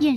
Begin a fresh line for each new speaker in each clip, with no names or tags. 燕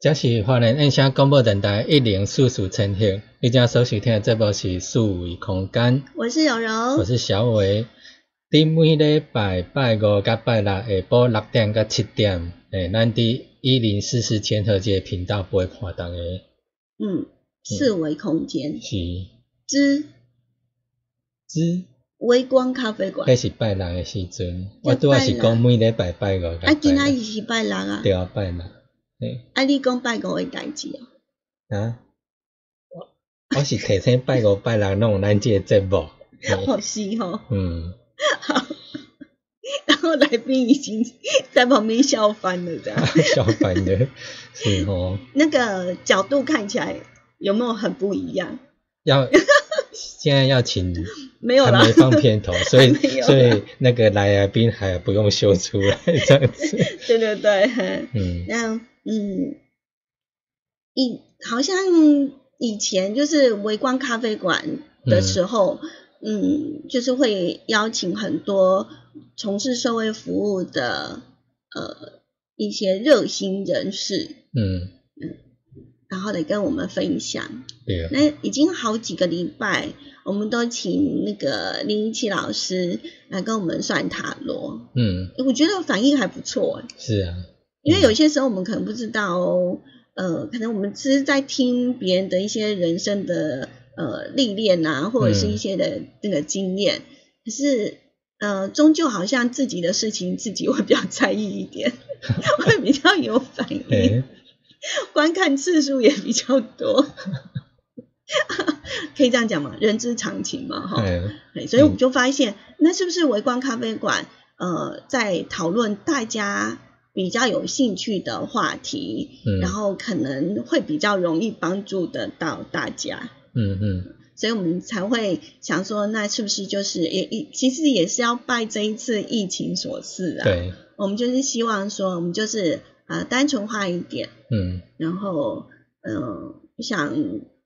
这是华人印象广播电台一零四四千赫，你正所收听的节目是四维空间，
我是柔柔
我，是小伟。伫每礼拜拜五甲拜六下晡六点到七点，诶、咱伫一零四四千赫这个频道播看到诶，
嗯，四维空间
是
之
之，
微光咖啡馆
迄。是拜六诶时阵，我
这
拄仔是
拜六
讲每礼拜拜五甲
啊，今仔
拜
日
六，
是拜六啊，
对啊，拜六，诶、
啊，你讲拜五诶代志哦。
啊，我我是提醒拜五拜六拢有咱即个节目，嘿
哦，是哦，
嗯。
然后来宾已经在旁边笑翻了，这样
小版的， 是哦，
那个角度看起来有没有很不一样？
要现在要请，
没有
还
啦
没，放片头，所以
还没有啦
所以那个来宾还不用修出来这样 子，
对对对，嘿
嗯，
那嗯，以好像以前就是微光咖啡馆的时候，嗯就是会邀请很多从事社会服务的呃一些热心人士，
嗯，
然后来跟我们分享。
对啊，
那已经好几个礼拜，我们都请那个林一奇老师来跟我们算塔罗，
嗯，
诶我觉得反应还不错诶，
是啊，
因为有些时候我们可能不知道，呃，可能我们只是在听别人的一些人生的呃历练啊，或者是一些的那个经验，可是呃，终究好像自己的事情自己会比较在意一点，会比较有反应。
诶，
观看次数也比较多， 可以这样讲嘛，人之常情嘛，哈。
哎，
对所以我们就发现，那是不是围观咖啡馆，呃，在讨论大家比较有兴趣的话题，
嗯
然后可能会比较容易帮助得到大家。
嗯嗯，
所以我们才会想说，那是不是就是也也其实也是要拜这一次疫情所赐啊？，
对，
我们就是希望说，我们就是呃单纯化一点，
嗯，
然后，嗯、我想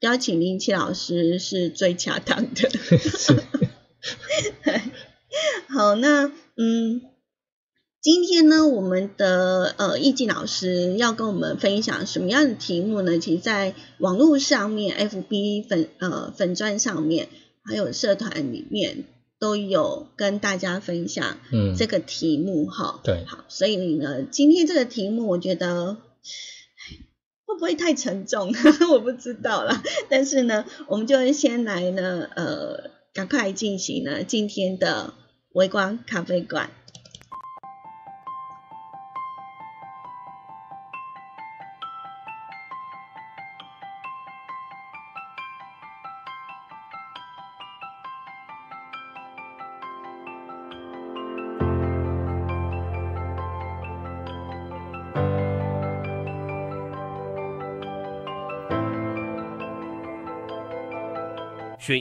邀请林奇老师是最恰当的。
是，
好，那嗯，今天呢，我们的呃易静老师要跟我们分享什么样的题目呢？其实，在网络上面、FB 粉呃粉砖上面，还有社团里面，都有跟大家分享
嗯，
这个题目哈。
对
好，所以呢，今天这个题目我觉得会不会太沉重， 我不知道啦。但是呢，我们就先来呢，呃，赶快进行呢今天的微光咖啡馆。
选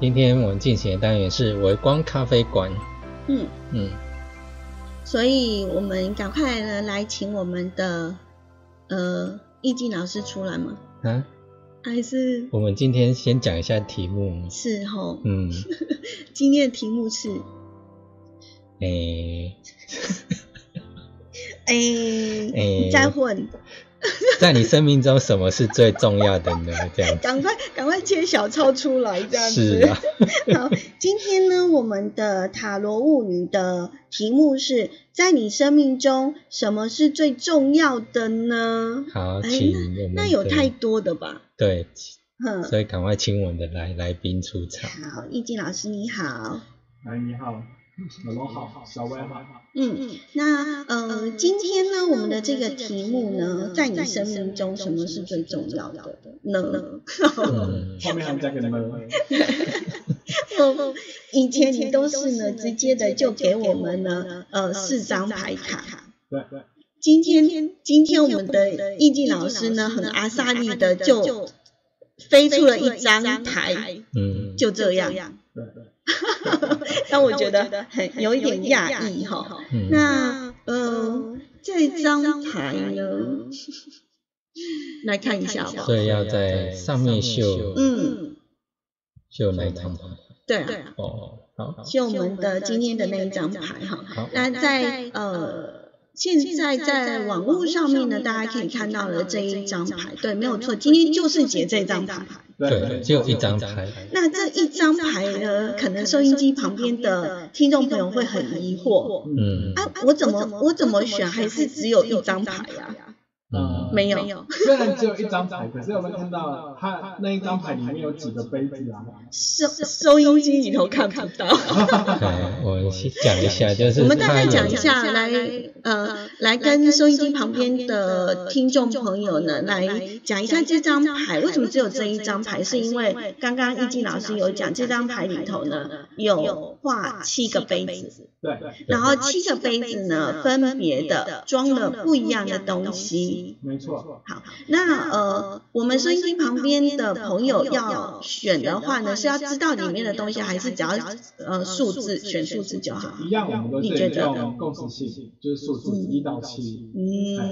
今天我们进行的单元是微光咖啡馆。
嗯，
嗯，
所以我们赶快呢来请我们的呃易静老师出来吗？
啊，
还是
我们今天先讲一下题目。
是吼？
嗯，
今天的题目是
诶、
哎、
诶哎
你在混，
在你生命中什么是最重要的呢？这样
赶快赶快切小抄出来这样子。
是啊，
好，今天呢，我们的塔罗物语的题目是在你生命中什么是最重要的呢？
好，
哎
请
那
我们
那有
的
太多的吧？
对，
哼，
所以赶快请我们的来来宾出场。
好，易静老师你好。
哎，你好，小龙好，小歪好。
嗯，那呃，今天呢，我们的这个题目呢，在你生命中什么是最重要的呢？
嗯，
后面还加个呢，
嗯以前你都是呢，直接的就给我们呢，呃，四张牌卡。
对对，
今天今天我们的易静老师呢，很阿萨利的就飞出了一张牌，
嗯，
就这样，
对对，
让我觉得很有一点讶异哈。
嗯
那呃，这张牌呢， 来看一下吧。
所以要在上面秀
嗯。
秀哪一张牌？
对啊，
哦，好，
就我们的今天的那一张牌哈。
好，
那在呃，现在在网络上面呢，大家可以看到了这一张牌，对，没有错，今天就是解这张牌。
对，只有一张牌。
那这一张牌呢，可能收音机旁边的听众朋友会很疑惑
嗯
啊，我怎么我怎么选还是只有一张牌啊呀、
嗯，
没有，
虽然只有一张牌，可是我们看到了，它那一张牌里面有几个杯子啊？
收收音机里头看不到。
哎，我先讲一下，就是
我们大
它
概
有
讲一下，来呃，来跟收音机旁边的听众朋友呢，来讲一下这张牌为什么只有这一张牌，是因为刚刚易静老师有讲，这张牌里头呢有画七个杯子，
对，
然后七个杯子呢分别的装了不一样的东西。
没错，
好，那呃，我们收音机旁边的朋友要选的话呢，是要知道里面的东西，还是只要呃数字选数字就好？
一样，我们都是用共识性，就是数字一到七，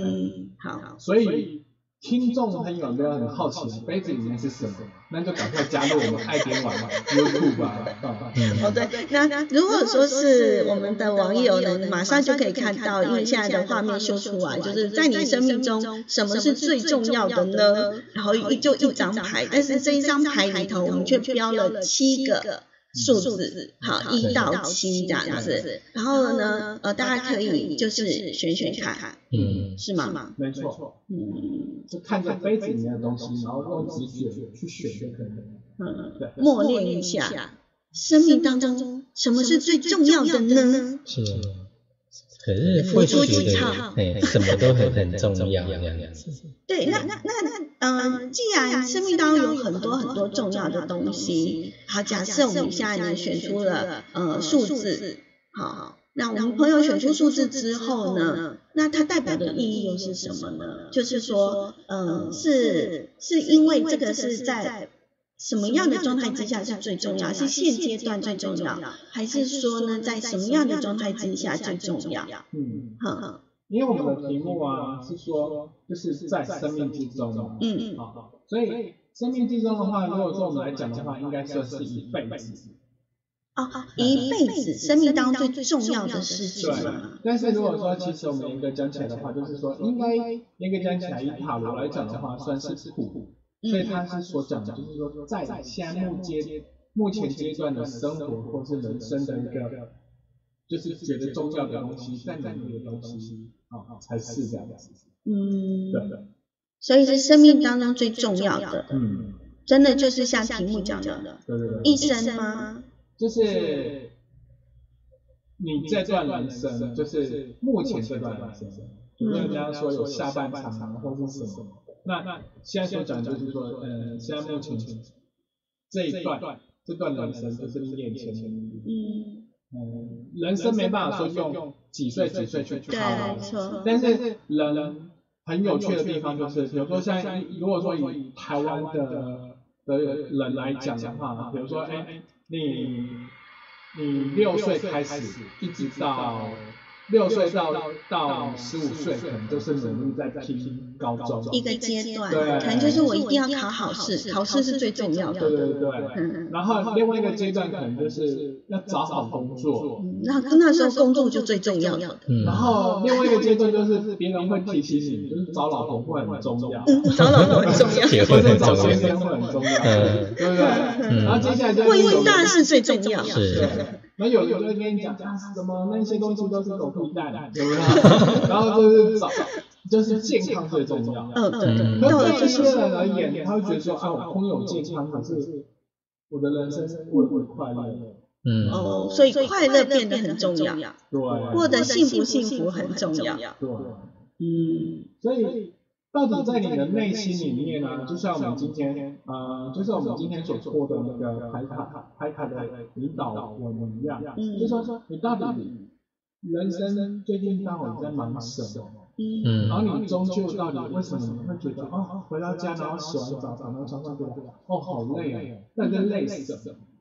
嗯，好。
所以。听众朋友都很好奇啊杯子里面是什么，那就赶快加入我们爱点玩玩 YouTube 啊吧。
哦，对，那如果说是我们的网友呢，马上就可以看到，因为现在的画面修出来，就是在你生命中什么是最重要的呢？然后一就一张牌，但是这一张牌里头，我们却标了七个。数字好，一到七这样子，然后呢，呃，大家可以就是选选看，
嗯
是吗？
没错，
嗯
就看着杯子里面的东西，然后用直觉去选就可以了。
嗯，
对，
默念一下，生命当中什么是最重要的呢？
是，可是会觉得哎，什么都很很重要这样子。
对，那那那那，嗯，既然生命当中有很多很多重要的东西，好，假设我们现在呢选出了呃数字，好，那我们朋友选出数字之后呢，那它代表的意义又是什么呢？就是说，呃，是是因为这个是在什么样的状态之下是最重要？是现阶段最重要，还是说呢，在什么样的状态之下最重要？
嗯，
哼，
因为我们的题目啊是说，就是在生命之中嘛，
嗯嗯，
好，所以生命之中的话，如果说我们来讲的话，应该说是一辈子，
哦，一辈子生命当中最重要的事情
对
嘛。。
但是如果说其实我们严格讲起来的话，就是说应该严格讲起来，以塔罗来讲的话，算是苦，所
嗯
以他是所讲的，就是说在现在目阶目前阶段的生活或是人生的一个，就是觉得重要的东西、占领你的东西啊，才是这样子。
嗯，
对的，
所以是生命当中最重要的，
嗯，
真的就是像题目讲的，
对对对，
一生吗？
就是你这段人生，就是目前这段人生，就
嗯
是人家说有下半场啊，或是什么。那那现在所讲就是说，嗯，现在目前这一段这段人生就是你眼前的
嗯，
嗯，人生没办法说用几岁几岁去去
对，
考量
没，错，
但是人很有趣的地方就是，比如说像以如果说以台湾的的人来讲的话，比如说哎，你你六岁开始一直到六岁到到十五岁，可能就是努力在拼高中，
一个阶段，
对
可能就是我一定要考好试，考试是最重要
对
的。
对对。
嗯，
然后另外一个阶段可能就是要找好工作，
那那时候工作就最重要的。
嗯，
然后另外一个阶段就是别人会提醒你，就是找老婆会很重要。
嗯找老婆很重要，
结
或
婚
者
很
找
重
先
要
生，会很重要，
嗯
对不对？
嗯
然后接下来就
婚姻大事最重要。
是
对，然后有有人跟你讲啊，什么那些东西都是狗屁蛋，有没有？ 然后就是找，就是健康最重要。
嗯，对对，
嗯
那
到了
对
就
这
是
些人而言，他会觉得说，啊，我空有健康，可是我的人生是过得不快乐。
嗯，
哦，所以快乐变得很重要，
对，
嗯
啊
过得幸不幸福很重要。
对，啊
嗯，
所以。到底在你的内心里面呢、就像我们今天，呃，就像我们今天所做的那个排卡排卡的引导我们一样，
嗯
就说说你到底人生最近到底在忙什么？
嗯
嗯
然后你终究到底为什么你会觉得哦，回到家然后洗完澡躺到床上觉得哦好累啊，那你在累什么？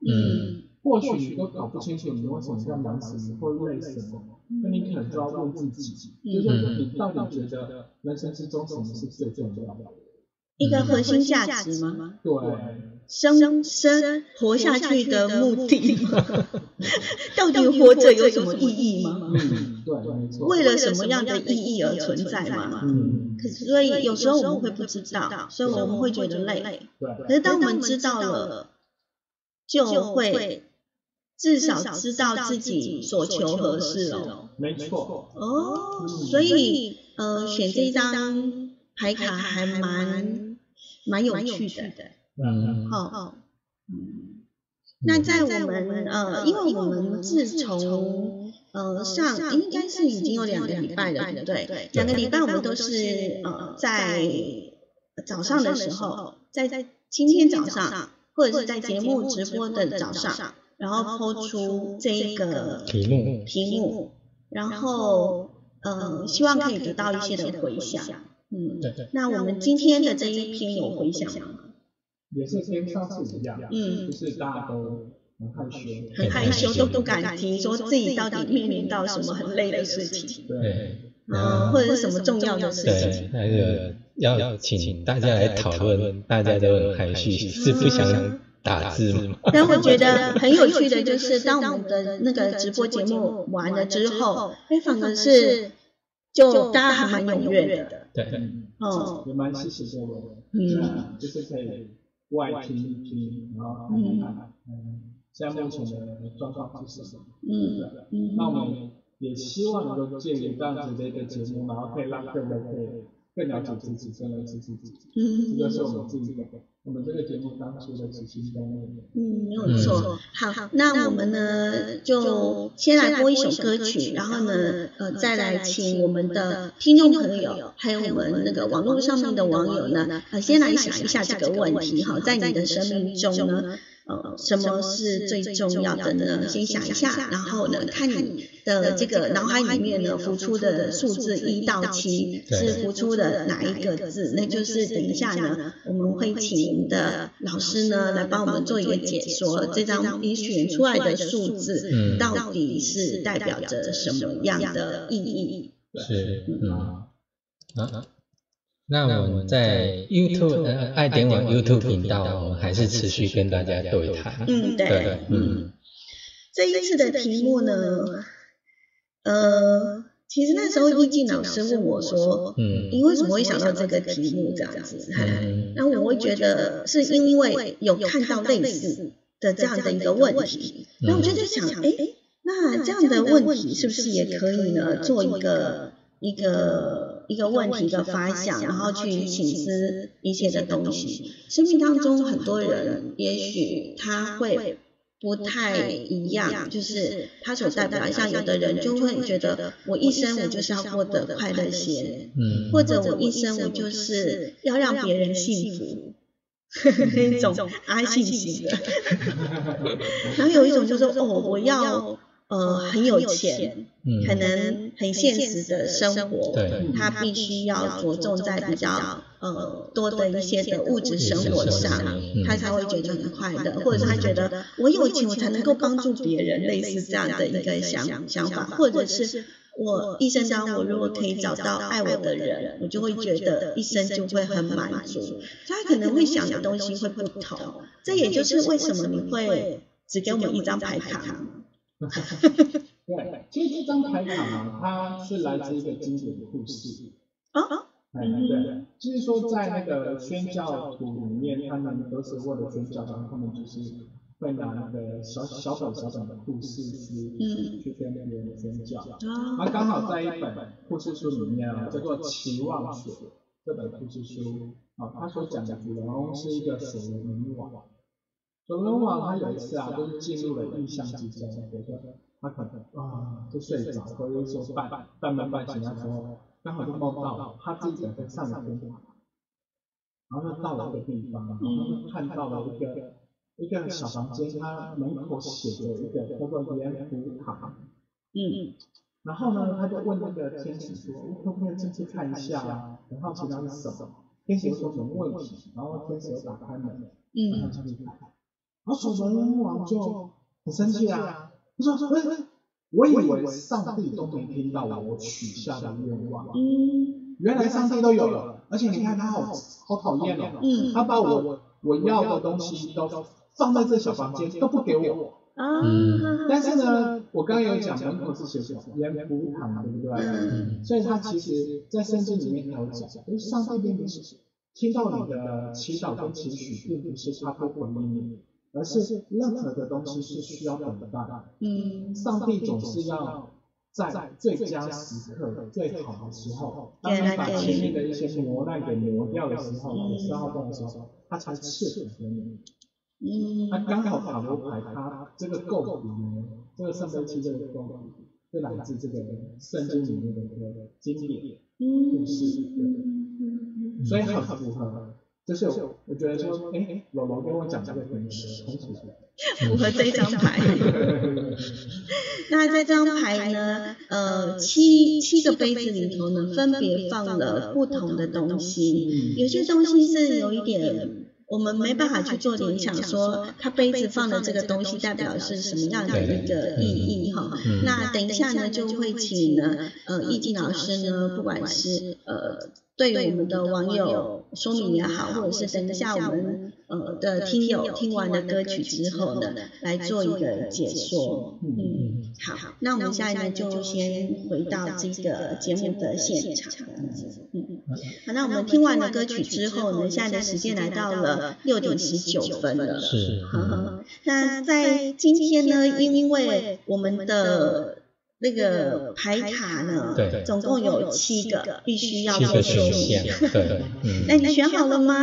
嗯
或许你都搞不清楚你为什么在忙什么或累什么，嗯那你可能就要问自己，就是你到底觉得人生之中什么是最重要的？
一个嗯核心价值吗？
对。
生生活下去的目的， 到底活着有什么意义吗？
嗯，对，没错。
为了什么样的意义而存在吗？
嗯，
可是所以有时候我们会不知道，所以我们会觉得累。可
对，
是当我们知道了，就会至少知道自己所求何事哦。
没错。
哦，
嗯
所以呃，选这张牌卡还蛮蛮有趣的。
嗯，
好，嗯那在我们呃，因为我们自从呃上应该是已经有两个礼拜了，对不对？两个礼拜我们都是呃在早上的时候，在在今天早上或者是在节目直播的早上，然后抛出这一个
题目，
题目，然后呃希望可以得到一些的回响。嗯，
对对，
那我们今天的这一篇有回响吗？
也是跟上次一样，
嗯
就是大家都很害羞，
很害羞，都不敢提，说自己到底面临到什么很累的事情，
对，
对，
嗯，或者是什么重要的事情。
对，那个要请大家来讨论，大家都很含蓄，是不想打字吗？
嗯但我觉得很有趣的就是，当我们的那个直播节目完了之后，哎，反而是就大家还蛮踊跃的，
对，
嗯，
哦，
也蛮谢谢这个，
嗯，
就是可以外听一听，然后看看，嗯，现在目前的状况是什么？
嗯嗯
那我们也希望能够借由这样子的一个节目，然后可以让更多人可以更了解自己，更认识自己，这
嗯
就是我们自己的，我们这个节目当初的执行观念。
嗯，没有错。好，那我们呢就先来播一首歌曲，然后呢，呃，再来请我们的听众朋友，还有我们那个网络上面的网友呢，呃，先来想一下这个问题哈，在你的生命中呢，呃，什么是最重要的呢？先想一下，然后呢，看你的这个脑海里面呢浮出的数字一到七
对
是浮出的哪一个字？那就是等一下呢，我们会请的老师呢来帮我们做一个解说，这张你选出来的数字
嗯
到底是代表着什么样的意义？
是，嗯，啊，那我们在 YouTube 呃爱点网 YouTube 频道，我们还是持续跟大家对谈，
嗯，
对，嗯，
这一次的题目呢，呃，其实那时候易静老师问我说，
嗯
你为什么会想到这个题目这样子？
嗯
那我会觉得是
嗯
因为有看到类似的这样的一个问题，那我就在想，哎，那这样的问题是不是也可以呢？
嗯
做一个一个一个问题的发想，然后去请思一些的东西。生命当中很多人，也许他会不太一样，就是他所代表。像有的人就会觉得，我一生我就是要过得快乐些，
嗯，
或者我一生我就是要让别人幸福。 那种阿信型的，然后有一种就是 哦，我要呃很有钱，
嗯
可能很现实的生活，
对
他必须要着重在比较呃多的一些的物质生活上，
嗯
他才会觉得很快乐，或者是他觉得我有钱我才能够帮助别人，类似这样的一个想想法，或者是。我一生当中，我如果可以找到爱我的人，我就会觉得一生就会很满足。他可能会想的东西会不同，这也就是为什么你会只给我们一张牌卡。
对，其实这张牌卡啊，它是来自一个经典的故事。
啊，
哎，对，就是说在那个宣教徒里面，他们都是为了宣教，然后他们就是会拿那个小小本小本的故事书
嗯
去跟别人宣教。
啊
然后刚好在一本故事书里面啊，叫做《期望雪》这本故事书啊，它所讲的主人公是一个水灵王。水灵王他有一次啊，就是进入了异象之间，比如说他可能啊就睡着，或者是说半半梦半醒的时候，刚好就梦到他自己在上了天堂，然后就到了一个地方，然后就看到了一个。一个小房间，它门口写着一个叫做莲福塔，
嗯
然后呢，他就问那个天使说：“可不可以进去看一下啊？很好奇它是什么。”天使又说没问题，然后天使又打开门，然后
嗯，
进去看。然后守门王就很生气啊，他说：“喂喂，我以为上帝都没听到我许下的愿望，
嗯
原来上帝都有了，而且你看他好好讨厌哦，
嗯
他把我我要的东西都放在这小房间，都不给我。”
啊，
嗯但是呢，我刚刚有讲门口是写什么盐湖堂，对不对？
嗯
所以它其实，在圣经里面也有讲，就是上帝并不是听到你的祈祷跟祈许，并不是他不回应你，而是任何的东西是需要等待。
嗯
上帝总是要在最佳时刻、最好的时候，
给他
当你把
给
前
你
面的一些磨难给磨掉的时候，
嗯
你消耗掉的时候，他才赐福给你。那
嗯
刚好塔罗牌它这个构图呢，这个圣杯七这个构图，就来自这个圣经里面的一个经典，
嗯
所以很符合。就是我觉得说，哎、老罗跟我讲这个很很符合。
符合这张牌。 那在这张牌呢，呃，七七个杯子里头呢，分别放了不同的东西，
嗯
有些东西是有一点。我们没办法去做联想，说它杯子放的这个东西代表是什么样的一个意义哈。
嗯
那等一下呢，就会请呢，呃，易静老师呢，不管是呃对我们的网友说明也好，或者是等一下我们呃的听友听完的歌曲之后呢，来做一个解说。嗯，
嗯
好，那我们现在呢就先回到这个节目的现场，这样子。嗯，好，那我们听完了歌曲之后呢，现在的时间来到了六点十九分了。
是，嗯
那在今天呢，因为我们的那个牌卡呢，
对
总共有七个，必须要
七
做
个
修
选
炼。
项，对，嗯
那你选好了吗？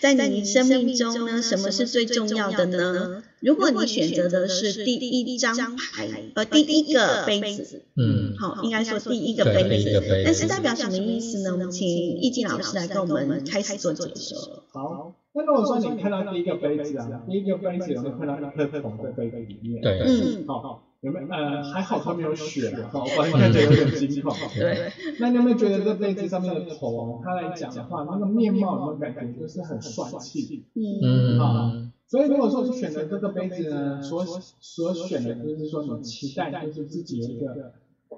在你生命中呢，什么是最重要的呢？如果你选择的是第一张牌，呃，第一个杯子，
嗯，
好，应该说第一个
对
杯
第一个
子
杯子。
但是代表什么意思呢？我们请易静老师来跟我们开始做解说。
好，那如果说你看到第一个杯子啊，第一个杯子有没有看到一颗红在杯子里面？
对，
嗯，
好，有没有？呃，还好它没有血，啊好，不然看起来有点惊恐。
对，
那你有没有觉得这杯子上面的头，它来讲的话，那个面貌有没有感觉就是很帅气？
嗯
嗯
好所以如果说你选择这个杯子呢，所所选的就是说你期待就是自己有一个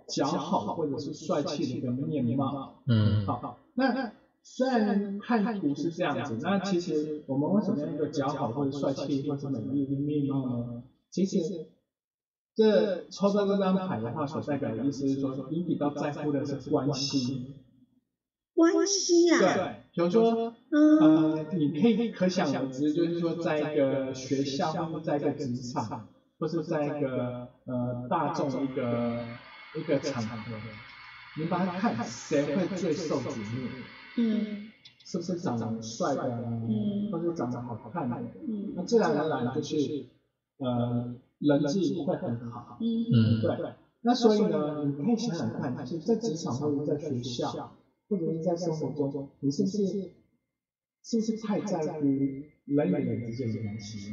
较好或者是帅气的一个面貌。
嗯
好，那虽然看图是这样子，那其实我们为什么要一个较好或者帅气或者美丽的面貌呢？其实这抽到这张牌的话，所代表的意思是说，你比较在乎的是关系。
关系啊，
对，比如说
嗯
呃，你可以可想而知，就是说，在一个学校或者在一个职场，或是在一个呃大众一个一个场合，你把它看谁会最受瞩目，
嗯
是不是长得帅的啊，
嗯
或是长得好看的，那
嗯
自然而然就是呃人际会很好，
嗯
对。那所以呢，你可以想想看，就是在职场或者在学校，或者是在生活中，你是不是嗯是不是太在乎人与人之间的关系？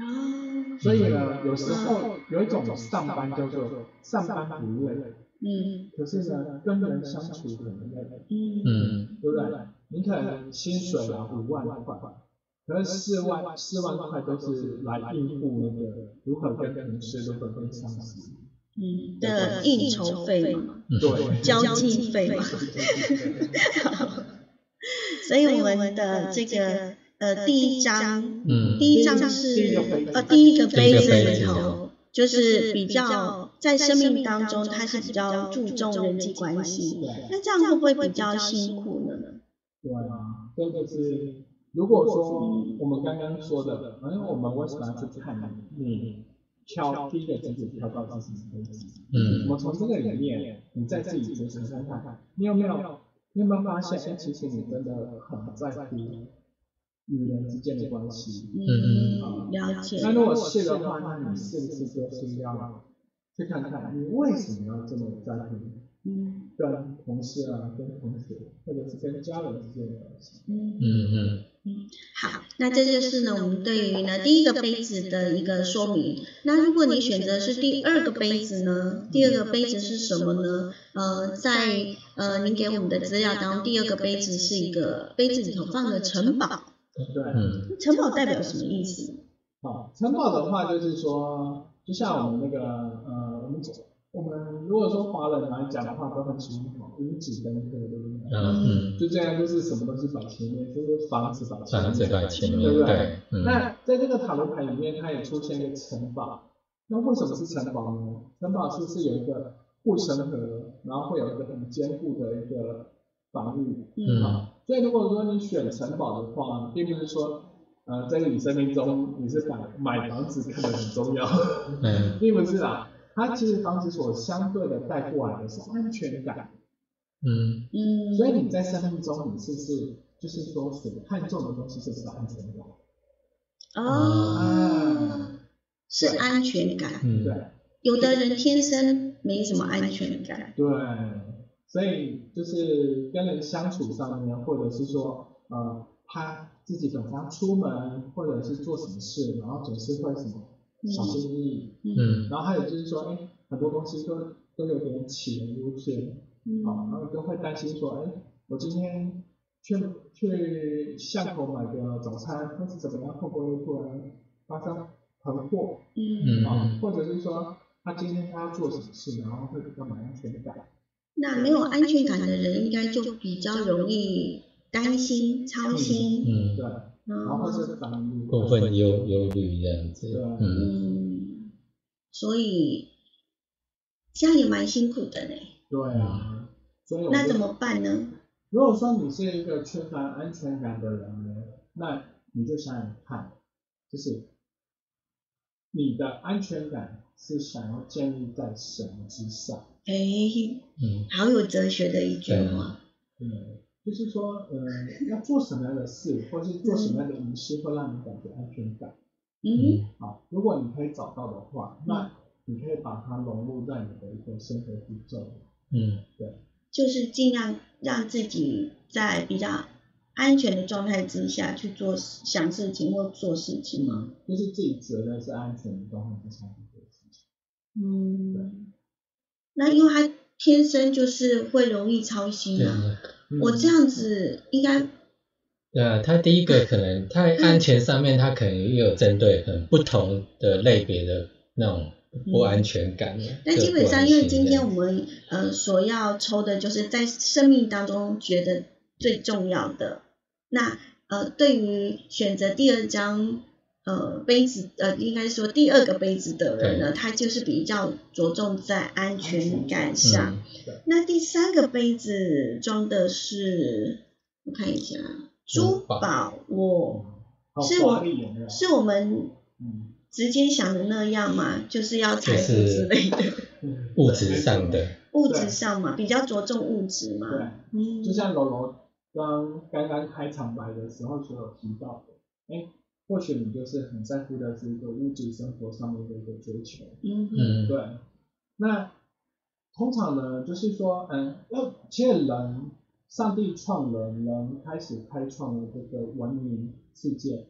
啊，
所以呢，有时候有一种上班叫做上班不累，
嗯
可是呢，跟人相处很累，
嗯
嗯
对不对？你可能薪水啊五万块，可是四万四万块都是来应付那个如何跟同事、如何跟上司。
嗯的应酬费嘛，
嗯，
对，
交际费嘛。所以我们的这个 呃第一章，
嗯
第一章
第一
是
个杯子
呃第一个
第
杯
一
子
个杯子
里头，就是比较在生命当中，它是比较注重人际关系。
对
那这样会不会比较辛苦呢？
对啊，这就是如果说我们刚刚说的，反正我们为什么要去看你嗯挑第一个职子挑到自己的职子？
嗯
我从这个里面，你在自己职场上看，你有没有你有没有发现，哎，其实你真的很在乎与人之间的关系？
嗯，了解。
那如果是的话，那你是不是就是要去看看你为什么要这么在乎
嗯
跟同事啊、跟同学，或者是跟家人之间的关系？
嗯。
嗯
好，那这就是呢我们对于呢第一个杯子的一个说明。那如果你选择是第二个杯子呢，第二个杯子是什么呢？呃，在呃您给我们的资料当中，第二个杯子是一个杯子里头放的城堡，
对。
嗯
城堡代表什么意思？
好，城堡的话就是说，就像我们那个呃，我们我们如果说华人来讲的话，都很喜欢五子登科，对不对？
嗯
就这样，就是什么东西摆前面，就是房子摆前面，
房子摆前面
对不
对嗯
那在这个塔罗牌里面，它也出现一个城堡。那为什么是城堡呢？城堡是不是有一个护城河，然后会有一个很坚固的一个防御？
嗯
所以如果说你选城堡的话，并不是说，呃，在你生命中你是买买房子可能很重要，
嗯
并不是啦。它其实房子所相对的带过来的是安全感，
嗯
嗯，
所以你在生命中你是不是就是说所看重的东西就是安全感？
哦，是安全感。
对
嗯
有的人天生没什么安全感，
对，所以就是跟人相处上面，或者是说，呃，他自己本身出门或者是做什么事，然后总是会什么小心翼翼。
嗯
然后还有就是说，哎，很多东西都都有点杞人忧天，
嗯
啊，然后都会担心说，哎，我今天去去巷口买个早餐，或是怎么样，会不会突然发生横祸
嗯
嗯，
啊？或者是说，他今天他要做什么事，然后会比较没安全感。
那没有安全感的人应该就比较容易担心、操心，
嗯
对，，然后或是反应
过分忧忧虑这样子，嗯
嗯，所以这样也蛮辛苦的呢。
对
嗯
啊，所以我
那
就
怎么办呢？
如果说你是一个缺乏安全感的人呢，那你就想想看，就是你的安全感是想要建立在什么之上？
哎，
嗯
好有哲学的一句话。
嗯，就是说，呃，要做什么样的事，或是做什么样的仪式，会让你感觉安全感？
嗯
好，如果你可以找到的话，那你可以把它融入在你的一个生活步骤。
嗯
就是尽量让自己在比较安全的状态之下去做事想事情或做事情嘛。
嗯，就是自己觉得是安全的状况之下去做事情。
嗯，那因为他天生就是会容易操心啊。
嗯
我
嗯
这样子应该
对啊，他第一个可能太安全上面，他可能也有针对很不同的类别的那种不安全感。
但基本上，因为今天我们呃所要抽的就是在生命当中觉得最重要的。那呃，对于选择第二张呃杯子呃，应该说第二个杯子的人呢，他就是比较着重在安全感上。
嗯
那第三个杯子装的是，我看一下，珠
珠宝
宝，我
好
是我
华丽有没有？
是我们
嗯，
直接想的那样嘛，就是要财富之类的，
嗯
物质上的，
物质上嘛，比较着重物质嘛。
对，
嗯，
就像柔柔刚刚刚开场白的时候所有提到的，哎，或许你就是很在乎的是一个物质生活上面的一个追求，
嗯哼
嗯，
对，那通常呢，就是说，嗯，要其实人，上帝创人，人开始开创了这个文明世界，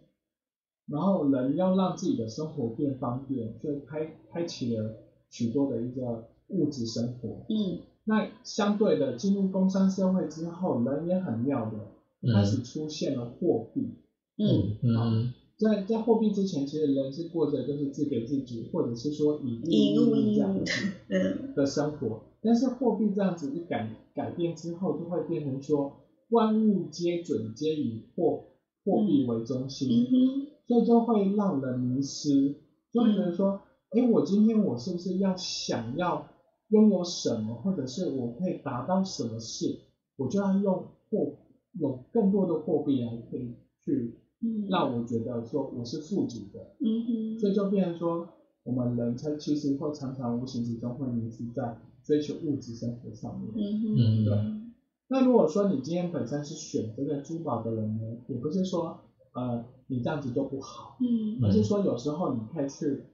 然后人要让自己的生活变方便，所以开开启了许多的一个物质生活。
嗯
那相对的，进入工商社会之后，人也很妙的，开始出现了货币。
嗯，
嗯
在在货币之前，其实人是过着就是自给自足，或者是说以
一
物
物
易物
一
这样
物
子。
嗯
的生活。但是货币这样子一改改变之后，就会变成说万物皆准，皆以货货币为中
嗯
心，
哼，
所以就会让人迷失，就会觉得说，哎、我今天我是不是要想要拥有什么，或者是我可以达到什么事，我就要用货有更多的货币来可以去
嗯，
让我觉得说我是富足的。
嗯
所
哼，
以就变成说，我们人才其实会常常无形之中会迷失在追求物质生活上面。
嗯哼，
嗯
对那如果说你今天本身是选择了珠宝的人呢，也不是说呃你这样子就不好，
嗯
而是说有时候你可以去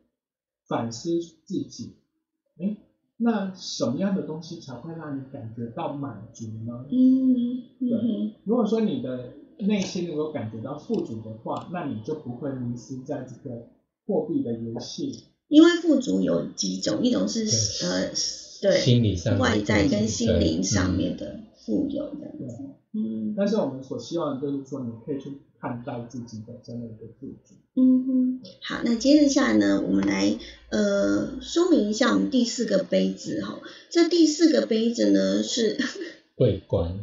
反思自己，哎，那什么样的东西才会让你感觉到满足呢？
嗯嗯
如果说你的内心能够感觉到富足的话，那你就不会迷失在这个货币的游戏。
因为富足有几种，一种是
对
呃
心
对
理上的
外在
东
跟
西
心灵上面，的富有这样子，嗯
但是我们所希望的就是说，你可以去看待自己本身的一个自己。
嗯哼，好，那接着下来呢，我们来呃说明一下我们第四个杯子哈，这第四个杯子呢是
对桂冠，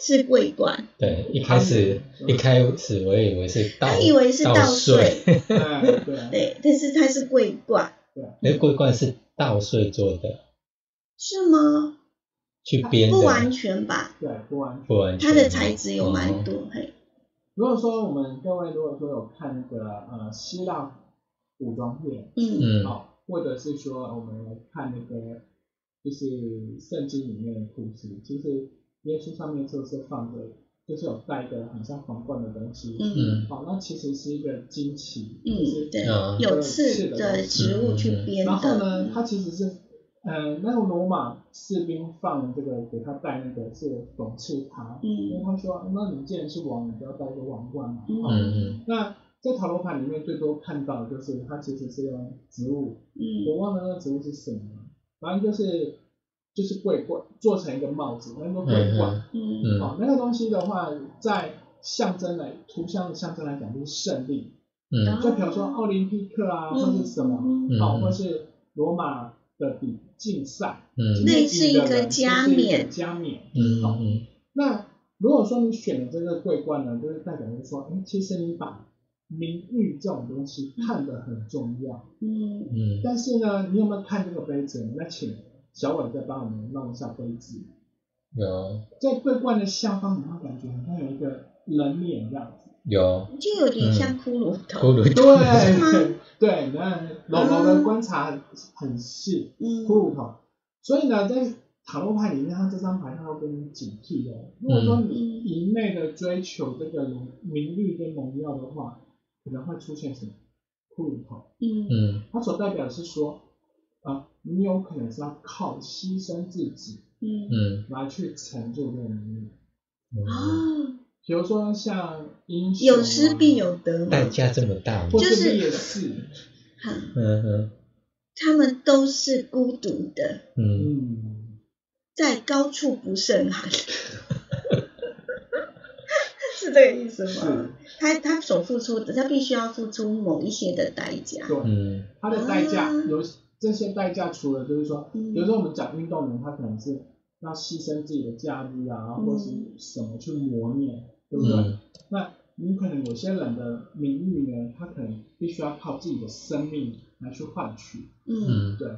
是桂冠，
对，一开始
嗯
一开始我以为是稻，
他以为是稻
稻穗，
哎对啊对，
对，但是它是桂冠，
那桂冠是稻穗做的，
是吗？
去编的，
啊不完全吧，
对，啊不完全。
不完全，
它的材质有蛮
哦，
多，嘿，
如果说我们各位如果说有看那个呃希腊古装片，
嗯
嗯，
好、哦或者是说我们来看那个就是圣经里面的故事，就是耶稣上面就是放着，就是有戴一个很像皇冠的东西。
嗯
嗯
好、那其实是一个惊奇，就是
嗯，对
嗯，
有刺的植物去编
然
的，
后呢，他其实是，呃，那个罗马士兵放这个给他戴那个是讽刺他，因为
嗯
他说，那你既然是王，你就要戴一个王冠嘛。
嗯
哦
嗯
那在塔罗牌里面最多看到的就是它其实是用植物，
嗯
我忘了那个植物是什么，反正就是就是桂冠做成一个帽子，那个桂冠。
嗯
嗯
哦，那个东西的话，在象征来图像的象征来讲就是胜利，
嗯
就比如说奥林匹克啊，或是什么。哦
嗯
嗯
好，或是罗马的比竞赛，
嗯
类似一个加冕
就是一个加冕。
嗯
好，
嗯
那如果说你选的这个桂冠呢，就是代表就是说，哎，其实你把名誉这种东西看得很重要，
嗯
嗯
但是呢，你有没有看这个杯子呢？那请小伟再帮我们弄一下杯子，
有
在桂冠的下方，你会感觉好像有一个人脸这样子。
有
就有点像骷髅
骷
头，
髅 头，
对， 对，那老老的观察很细，骷
嗯
髅头。所以呢，在塔罗牌里面，它这张牌它会给你警惕哦。如果说你一昧的追求这个荣名利跟荣耀的话，可能会出现什么骷髅头？
嗯
嗯
它所代表的是说，啊、你有可能是要靠牺牲自己
嗯
嗯
来去成就这个名利。
嗯，
啊，
比如说像英雄、啊，
有失必，有得嘛，
代价这么大吗
或？
就是是
烈士，
哈
嗯嗯
他们都是孤独的，
嗯
嗯，
在高处不胜 寒。是这个意思吗？他他所付出的，他必须要付出某一些的代价。
对，
嗯
它的代价
啊
有这些代价，除了就是说，
嗯
比如说我们讲运动员，他可能是要牺牲自己的假日啊，
嗯
或是什么去磨练，对不对？
嗯
那你可能有些人的名誉呢，他可能必须要靠自己的生命来去换取，
嗯，
嗯
对，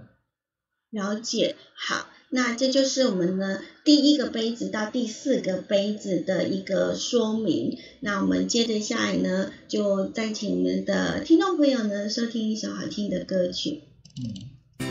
了解。好，那这就是我们呢第一个杯子到第四个杯子的一个说明。那我们接着下来呢，就再请我们的听众朋友呢收听一首好听的歌曲。
嗯，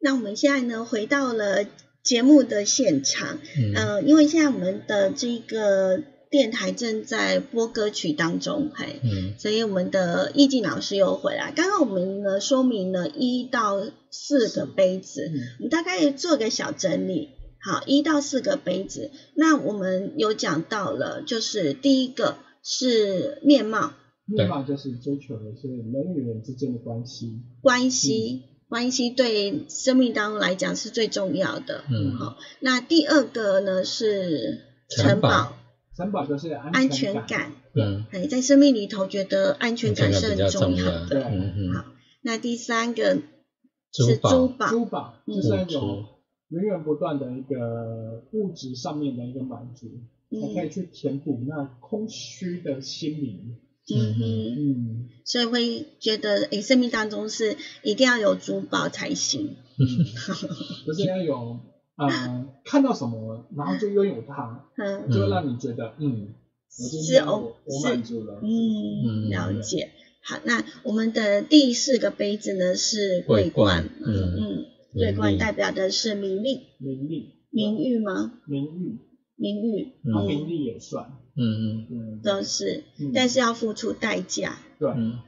那我们现在呢回到了节目的现场，
嗯，
呃，因为现在我们的这个电台正在播歌曲当中，嘿，
嗯，
所以我们的易静老师又回来。刚刚我们呢说明了一到四个杯子，我们大概做个小整理。好，一到四个杯子，那我们有讲到了，就是第一个是面貌
面貌就是追求的是人与人之间的关系。
关系，关系对生命当中来讲是最重要的。
嗯
好，那第二个呢是
城
城
堡
堡
三宝就是
安
安
全
全
感，
嗯，
哎，在生命里头觉得安全
这
感
个
是
比较
很
重
重要
要，
的。
嗯嗯，
那第三个
珠
是
宝，
珠宝，
珠宝
嗯
就是那
嗯
种源源不断的一个物质上面的一个满足，才可以
嗯
去填补那空虚的心灵。
嗯哼，
嗯，
所以会觉得诶，生命当中是一定要有珠宝才行。
嗯 就是要有呃看到什么，然后就拥有它，
嗯
就会让你觉得嗯，我今
是
天
哦
我我
是
满足了。
嗯，
嗯
了解。好，那我们的第四个杯子呢是桂
桂冠
冠，
嗯
嗯，
名
桂冠
利
代表的是名利、
名利、
名誉吗？
名誉，
名誉，
然后
嗯
名利也算，
嗯
嗯，
都是，
嗯
但是要付出代价。
对，
嗯，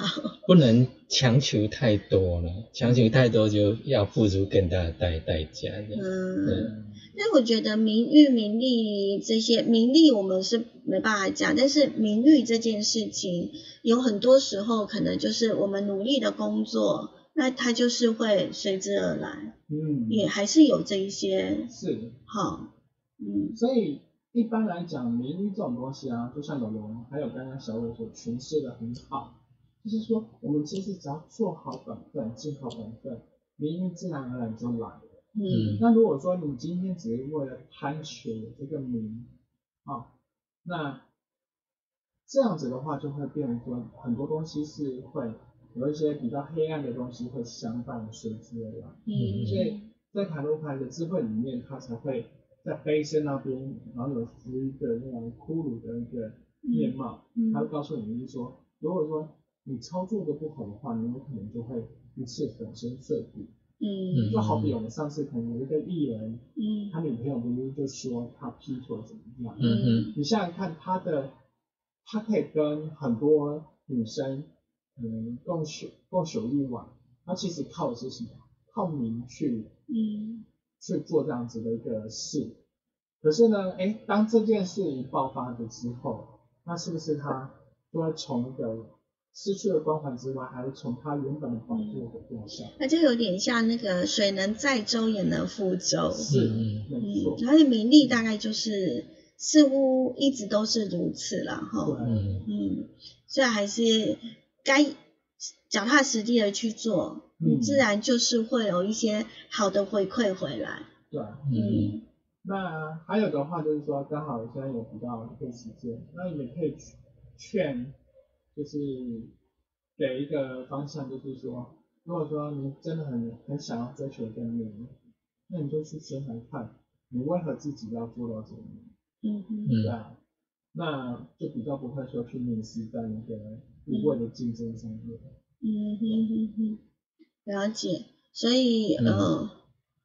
好，
不能强求太多了，强求太多就要付出更大的代代价的，
嗯，
嗯
那我觉得名誉、名利这些，名利我们是没办法讲，但是名誉这件事情，有很多时候可能就是我们努力的工作，那它就是会随之而来，
嗯，
也还是有这一些
是，
好，嗯
所以一般来讲，名誉这种东西啊，就像有龙还有刚刚小伟所诠释的很好，就是说我们其实只要做好本分，尽好本分，名誉自然而然就来了。
嗯
那如果说你今天只是为了贪求这个名，啊、那这样子的话就会变成说很多东西是会有一些比较黑暗的东西会相伴随之而来。所
嗯
以在塔罗牌的智慧里面，它才会在杯身那边，然后有浮一个那种骷髅的一个面貌，它会告诉你，就是说，如果说你操作的不好的话，你有可能就会一次粉身碎骨。
嗯
就好比我们上次可能有一个艺人，
嗯
他女朋友明明就说他劈腿怎么样，
嗯哼，
你想想看他的，他可以跟很多女生，嗯，共宿共宿一晚，他其实靠的是什么？靠名去
嗯
去做这样子的一个事。可是呢，哎，当这件事一爆发了之后，那是不是他就会从一个失去了光环之外，还会从他原本的宝座给掉下？
那就有点像那个水能载舟也能覆舟，
是
嗯，
没错
嗯，，它的名利大概就是似乎一直都是如此了哈。吼
对，
嗯
嗯，所以还是该脚踏实地的去做，
嗯
自然就是会有一些好的回馈回来。
对。啊
嗯
嗯
那还有的话就是说，刚好现在有比较一个时间，那也可以劝，就是给一个方向，就是说，如果说你真的很很想要追求一个名，那你就去想想看，你为何自己要做到这个名，
嗯哼
对
嗯
啊，那就比较不会说去迷失在那个无谓的竞争上面。
嗯哼哼哼，了解。所以
嗯
呃，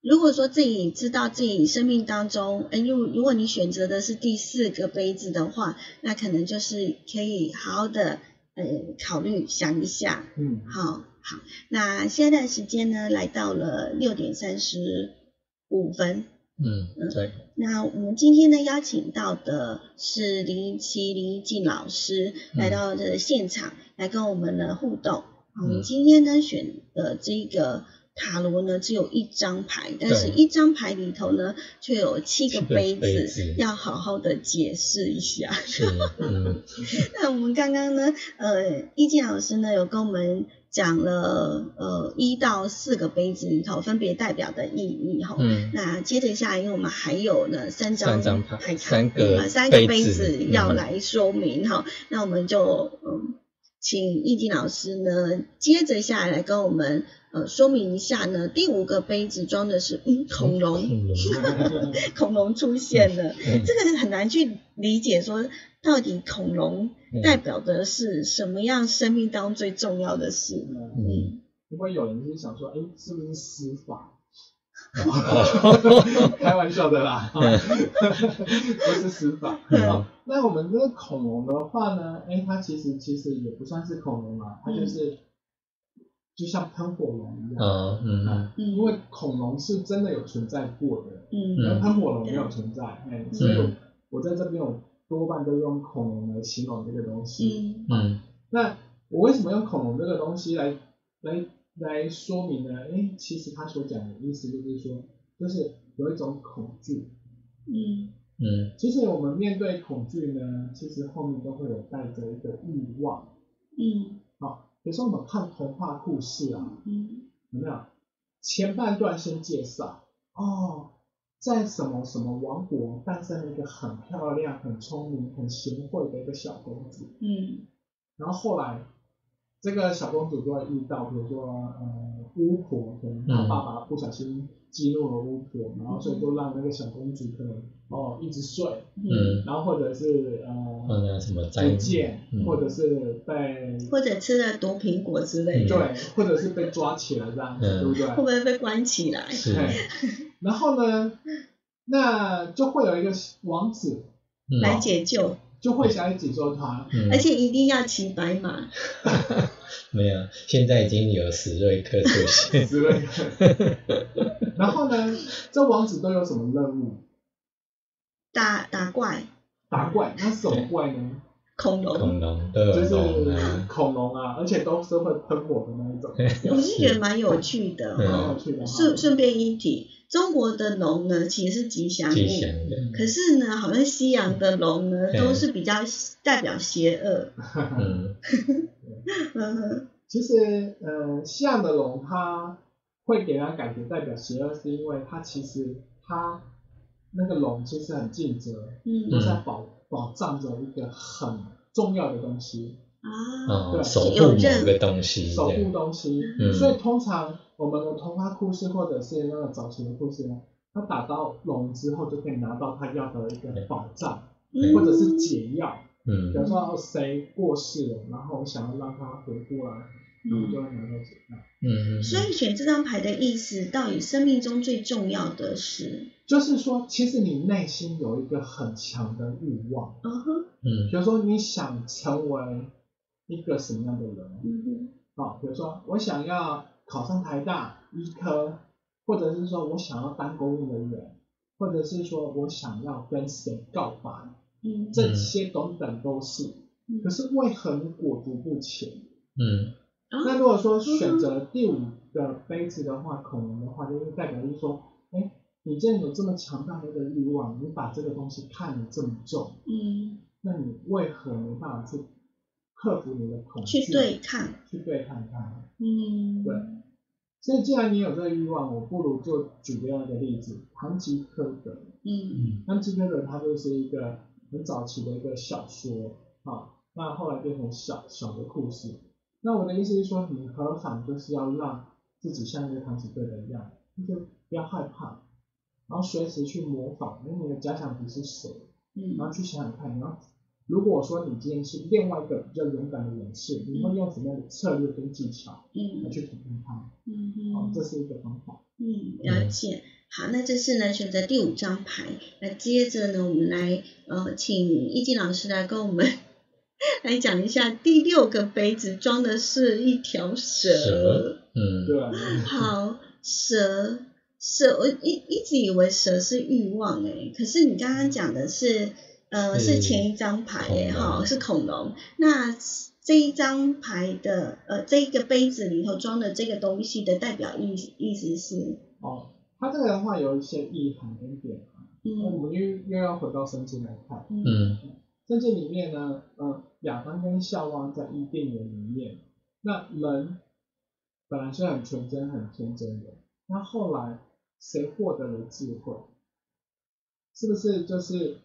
如果说自己知道自己生命当中，哎，如如果你选择的是第四个杯子的话，那可能就是可以好好的呃考虑想一下，
嗯，
好好，那现在的时间呢，来到了六点三十五分。
嗯，对，
那我们今天呢，邀请到的是林奇林一静老师来到
嗯
这个现场，来跟我们的互动。我们今天呢选的这个塔罗呢只有一张牌，但
对
是一张牌里头呢却有七个
七个
杯
杯
子
子，
要好好的解释一下。
是，嗯，
那我们刚刚呢，呃，易静老师呢有跟我们讲了，呃，一到四个杯子里头分别代表的意义哈。
嗯，
那接着下来，因为我们还有呢三张
三张牌
牌卡，
三个
呃三个
杯
杯
子
子
嗯
要来说明哈、那我们就嗯，请易静老师呢接着下来跟我们呃说明一下呢，第五个杯子装的是嗯恐龙，
恐龙，
恐龙出现了，
嗯
这个很难去理解说到底恐龙
嗯
代表的是什么样生命当中最重要的事？
嗯，
会不会有人是想说，哎，是不是司法？开玩笑的啦，不是司法。
嗯
那我们这个恐龙的话呢，哎，它其实其实也不算是恐龙啊，它就是、就像喷火龙一样。啊
哦嗯
嗯
因为恐龙是真的有存在过的，
嗯
那喷火龙没有存在，哎、所以我我在这边我多半都用恐龙来形容这个东西。
嗯
嗯
那我为什么用恐龙这个东西来来来说明呢？因为其实他所讲的意思就是说，就是有一种恐惧。
嗯
嗯
其实我们面对恐惧呢，其实后面都会有带着一个欲望。
嗯
好、比如说我们看童话故事啊，
嗯
有没有？前半段先介绍哦，在什么什么王国诞生了一个很漂亮、很聪明、很贤惠的一个小公主。
嗯
然后后来这个小公主就会遇到，比如说呃巫婆，可能她爸爸不小心激怒了巫婆，然后所以就让那个小公主可能哦一直睡，
嗯，
然后或者是
放
呃
那什么
不
在嗯
见，或者是被
或者吃了毒苹果之类的，
对，或者是被抓起来这样子，
嗯
对不对？
会不会被关起来？
是，
哎然后呢，那就会有一个王子
嗯
来解救，
就会想要解救她，
嗯
而且一定要骑白马。
没有，现在已经有史瑞克出现，
之类的。然后呢，这王子都有什么任务？
打打怪
打怪，那是什么怪呢？
恐龙，
恐龙都
就
有
是
龙啊，
恐龙啊，而且都是会喷火的那一种，
我是觉得蛮有趣的
嗯
蛮有
哦。
趣的哈。
顺顺便一提，中国的龙呢其实是吉祥
吉
物
祥，的，
可是呢，好像西洋的龙呢
嗯
都是比较代表邪恶。
嗯
嗯哼
其实呃，西洋的龙它会给人家感觉代表邪恶，是因为它其实它那个龙其实很尽责，
嗯
都在保保障着一个很重要的东西，
啊，
哦，
对
守护
有任
某个东西，
守
这
护
样，
东西。
嗯
所以通常我们的童话故事或者是那个早期的故事呢，它打到龙之后就可以拿到它要的一个保障。
嗯
或者是解药，比
嗯
如说哦谁过世了，然后想要让他回过来，然后就会拿到解药。
嗯，
所以选这张牌的意思，到底生命中最重要的是，
就是说，其实你内心有一个很强的欲望，
嗯哼，
嗯
比如说你想成为一个什么样的人
嗯哼，
啊、比如说我想要考上台大医科，或者是说我想要当公务人员，或者是说我想要跟谁告白，
嗯
这些等等都是。可是为何你裹足不前？
嗯
那如果说选择第五个杯子的话，恐龙的话，就是代表就是说，哎，你既然有这么强大的一个欲望，你把这个东西看得这么重，
嗯，
那你为何没办法去克服你的恐惧？
去对，抗，
去对抗它。
嗯，
对所以既然你有这个欲望，我不如就举另外一个例子，堂吉诃德。
嗯
嗯
堂吉诃德它就是一个很早期的一个小说啊，那后来变成小小的故事。那我的意思是说，你何尝就是要让自己像一个堂吉诃德一样，你就不要害怕，然后随时去模仿，那你的假想敌是谁，
嗯
然后去想想看，然后如果说你今天是另外一个比较勇敢的人士，你会用什么样的策略跟技巧来
嗯
去抵抗他？哦，
嗯
这是一个方法。
嗯，了解。好，那这是呢选择第五张牌。那接着呢，我们来呃，请易静老师来跟我们来讲一下第六个杯子装的是一条
蛇嗯，
对，啊
好，蛇蛇，我一一直以为蛇是欲望哎、可是你刚刚讲的是，呃，
是
是前一张牌哎、
恐龙
哈，是恐龙。那这一张牌的呃这一个杯子里头装的这个东西的代表意意思是，
哦，它这个的话有一些意涵跟典涵，那我
嗯
们又又要回到圣经来看，
嗯
嗯
圣经里面呢，呃，亚当跟夏娃在伊甸园里面，那人本来是很纯真、很天真的，那后来谁获得了智慧？是不是就是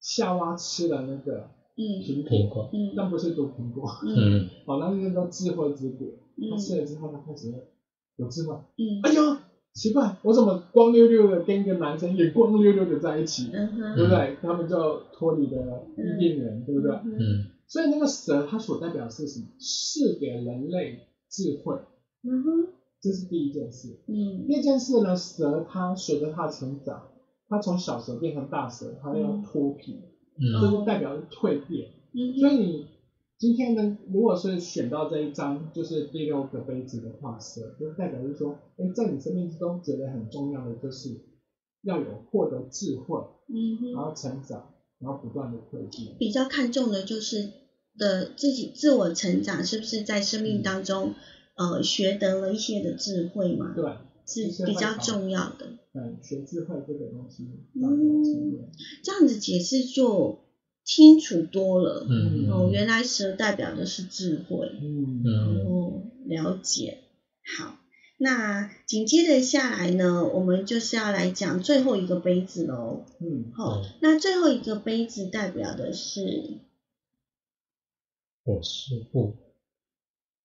夏娃吃了那个
嗯
苹
苹
果？
果，
嗯
但不是毒苹果，
嗯
嗯
哦，那是叫做智慧之果。他
嗯
吃了之后，他开始会有智慧。
嗯
哎呦，奇怪，我怎么光溜溜的跟一个男生也光溜溜的在一起，
嗯哼
对不对？他们就脱离了伊甸园，对不对？
嗯哼
嗯
所以那个蛇它所代表的是什么？是给人类智慧，
嗯哼
这是第一件事。
嗯
第二件事呢，蛇它随着它的成长，它从小蛇变成大蛇，它要脱皮，这、
嗯
是代表是蜕变。
嗯
所
哼
以你今天呢，如果是选到这一张，就是第六个杯子的话，蛇就代表是说，哎，在你生命之中觉得很重要的就是要有获得智慧，
嗯哼
然后成长，然后不断的蜕变。
比较看重的就是的自己自我成长，是不是在生命当
嗯
中呃学得了一些的智慧嘛？
对，
是
就是
比较
会把
重要的。
嗯，学智慧这个东西，
嗯这样子解释就清楚多了。
嗯
哦，原来蛇代表的是智慧。
嗯
嗯
哦，了解。好，那紧接着下来呢，我们就是要来讲最后一个杯子喽。
嗯，
哦
对，
那最后一个杯子代表的是
我是不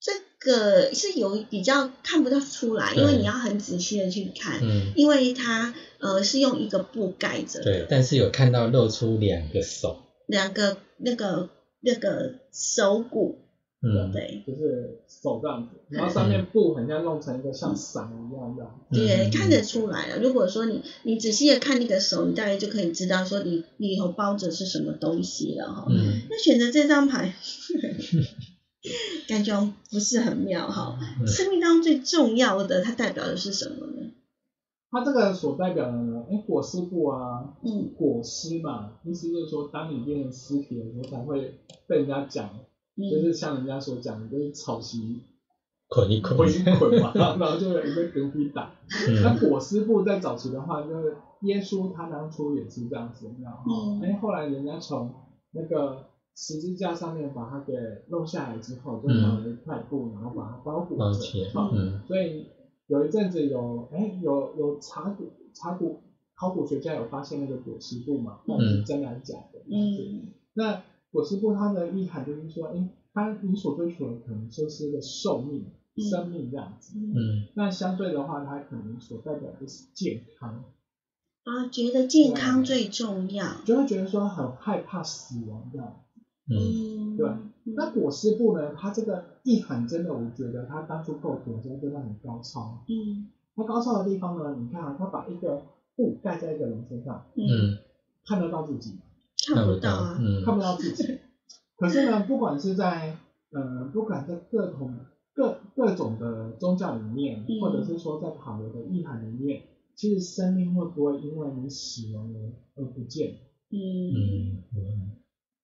这个是有比较看不到出来，因为
对
你要很仔细的去看，
嗯
因为它呃是用一个布盖着的，
对，但是有看到露出两个手，
两个那个那个手骨，
嗯
对
就是手这样子，然后上面布很像弄成一个像伞一样的，
也
嗯
看得出来了。如果说你你仔细的看那个手，你大概就可以知道说你里头包着是什么东西了哈。
嗯
那选择这张牌，感觉不是很妙哈。
嗯
生命当中最重要的，它代表的是什么呢？
它这个所代表的呢，哎，裹尸布啊，
嗯
裹尸嘛，意思就是说，当你变成尸体的时候，才会被人家讲，就
嗯
是像人家所讲的，就是草席
捆一捆
捆，一捆嘛，然后就有一个隔壁打。那
嗯
裹尸布在早期的话，就是耶稣他当初也是这样子，你知道吗
嗯？
哎、后来人家从那个十字架上面把它给弄下来之后，就
嗯
拿了一块布，然后把它包裹
抱
着
歉，
好
嗯
所以有一阵子有哎、有有查古查古考古学家有发现那个裹尸布嘛，到底是真还是假的？嗯，
嗯
那裹尸布它的意涵就是说，哎、它你所追求的可能就是一个寿命、
嗯
生命这样子。
嗯
那相对的话，它可能所代表的是健康，
啊，觉得健康最重要。
就会觉得说很害怕死亡这样。
嗯
嗯，
对
嗯
那裹尸布呢，它这个意涵真的，我觉得它当初构图的时候真的很高超。
嗯
它高超的地方呢，你看啊，它把一个布盖在一个人身上，
嗯，
嗯，
看得到自己，
看不到啊。
嗯
看不到自己。可是呢，不管是在呃，不管在各种各各种的宗教里面，
嗯
或者是说在塔罗的意涵里面，其实生命会不会因为你死亡而而不见？
嗯
嗯嗯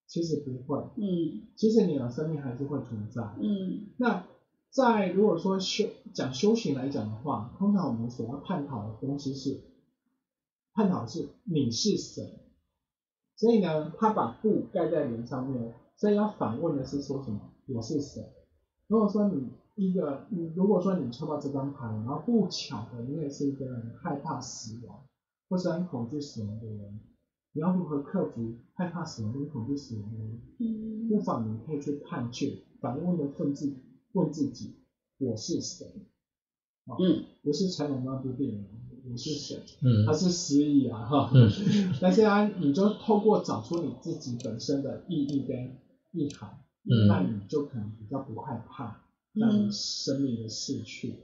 其实不会，
嗯
其实你的生命还是会存在。
嗯
那在如果说修讲修行来讲的话，通常我们所要探讨的东西是探讨的是你是谁，所以呢，他把布盖在脸上面，所以要反问的是说什么？我是谁？如果说你一个，你如果说你抽到这张牌，然后不巧的你也是一个很害怕死亡，或是很恐惧死亡的人，你要如何克服害怕死亡跟恐惧死亡呢？
嗯
不妨你可以去探究，反问的问自问自己，我是谁？
嗯
不是成龙那部电影，我是谁？
嗯
他是失忆啊哈
嗯，
但是啊，你就透过找出你自己本身的意义跟意涵，
嗯
那你就可能比较不害怕那你生命的逝去。